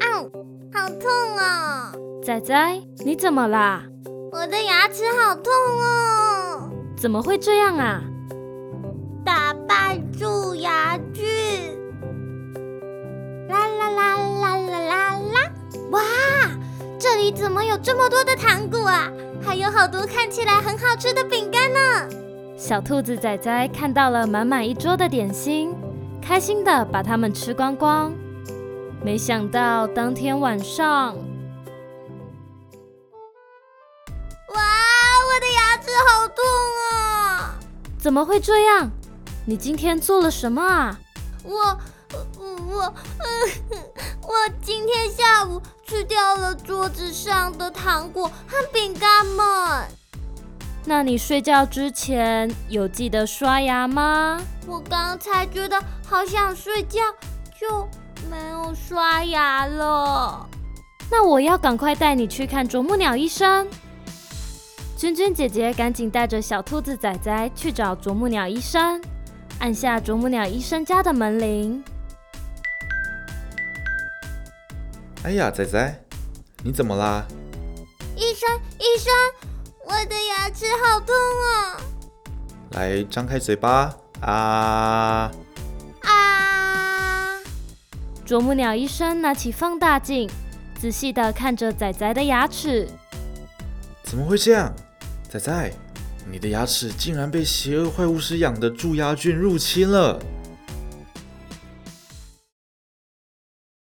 啊，好痛哦！仔仔，你怎么啦？我的牙齿好痛哦！怎么会这样啊？打败蛀牙菌！啦啦啦啦啦啦啦！哇，这里怎么有这么多的糖果啊？还有好多看起来很好吃的饼干呢！小兔子仔仔看到了满满一桌的点心，开心的把它们吃光光。没想到当天晚上，哇，我的牙齿好痛啊！怎么会这样？你今天做了什么啊？我我、嗯，我今天下午吃掉了桌子上的糖果和饼干们。那你睡觉之前有记得刷牙吗？我刚才觉得好想睡觉，就没有刷牙了。那我要赶快带你去看啄木鸟医生。君君姐姐赶紧带着小兔子仔仔去找啄木鸟医生，按下啄木鸟医生家的门铃。哎呀，仔仔，你怎么啦？医生，医生，我的牙齿好痛啊！来，张开嘴巴啊！啊！啄木鸟医生拿起放大镜，仔细的看着仔仔的牙齿。怎么会这样？仔仔，你的牙齿竟然被邪恶坏巫师养的蛀牙菌入侵了！